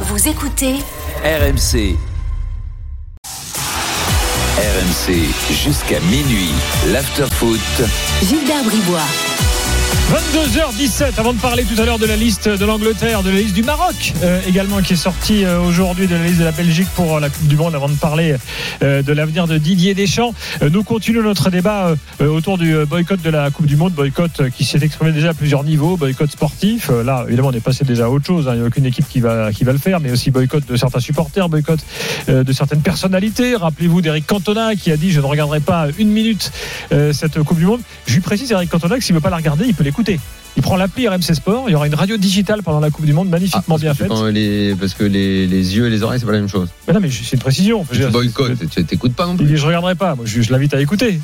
Vous écoutez RMC. RMC jusqu'à minuit. L'afterfoot. Gilbert Bribois. 22h17, avant de parler tout à l'heure de la liste de l'Angleterre, de la liste du Maroc euh, également qui est sortie euh, aujourd'hui, de la liste de la Belgique pour euh, la Coupe du Monde, avant de parler euh, de l'avenir de Didier Deschamps, euh, nous continuons notre débat euh, euh, autour du euh, boycott de la Coupe du Monde, boycott euh, qui s'est exprimé déjà à plusieurs niveaux, boycott sportif, euh, là évidemment on est passé déjà à autre chose, hein, il n'y a aucune équipe qui va, qui va le faire, mais aussi boycott de certains supporters, boycott euh, de certaines personnalités. Rappelez-vous d'Eric Cantona qui a dit je ne regarderai pas une minute euh, cette Coupe du Monde. Je lui précise Eric Cantona que s'il ne veut pas la regarder, il peut l'écouter. Il prend l'appli RMC Sport, il y aura une radio digitale pendant la Coupe du Monde Ah, magnifiquement parce bien que faite. quand les- parce que les, les yeux et les oreilles, c'est pas la même chose. Mais non mais c'est une précision. Je veux dire, Tu boycottes, tu t'écoutes pas non Il plus. dit je regarderai pas, moi je, je l'invite à écouter.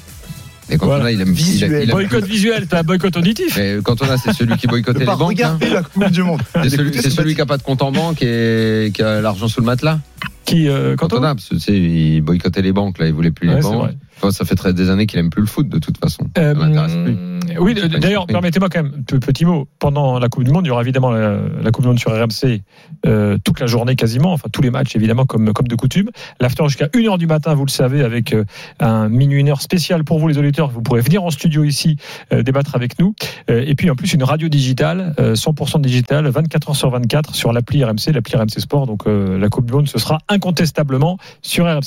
Et quand Voilà. on a, il aime il a- il a- boycott visuel, t'as un boycott auditif. Mais quand on a, c'est celui qui boycottait de les pas banques. hein. regarder la Coupe du Monde. C'est celui, D'écouter, c'est c'est celui qui a pas de compte en banque et qui a l'argent sous le matelas. Qui euh, Quand on Cantona a, parce que, tu sais, il boycottait les banques là, il voulait plus Ouais, les c'est banques. vrai. Enfin, ça fait très des années qu'il aime plus le foot de toute façon. Euh, ça m'intéresse plus. Oui, euh, C'est pas une d'ailleurs, surprise. permettez-moi quand même, pe- petit mot. Pendant la Coupe du Monde, il y aura évidemment la, la Coupe du Monde sur RMC euh, toute la journée quasiment, enfin tous les matchs évidemment comme, comme de coutume. L'after jusqu'à 1h du matin, vous le savez, avec euh, un minuit, une heure spéciale pour vous les auditeurs. Vous pourrez venir en studio ici euh, débattre avec nous. Euh, et puis en plus, une radio digitale, euh, 100% digitale, 24 h sur 24 sur l'appli RMC, l'appli RMC Sport. Donc euh, la Coupe du Monde, ce sera incontestablement sur RMC.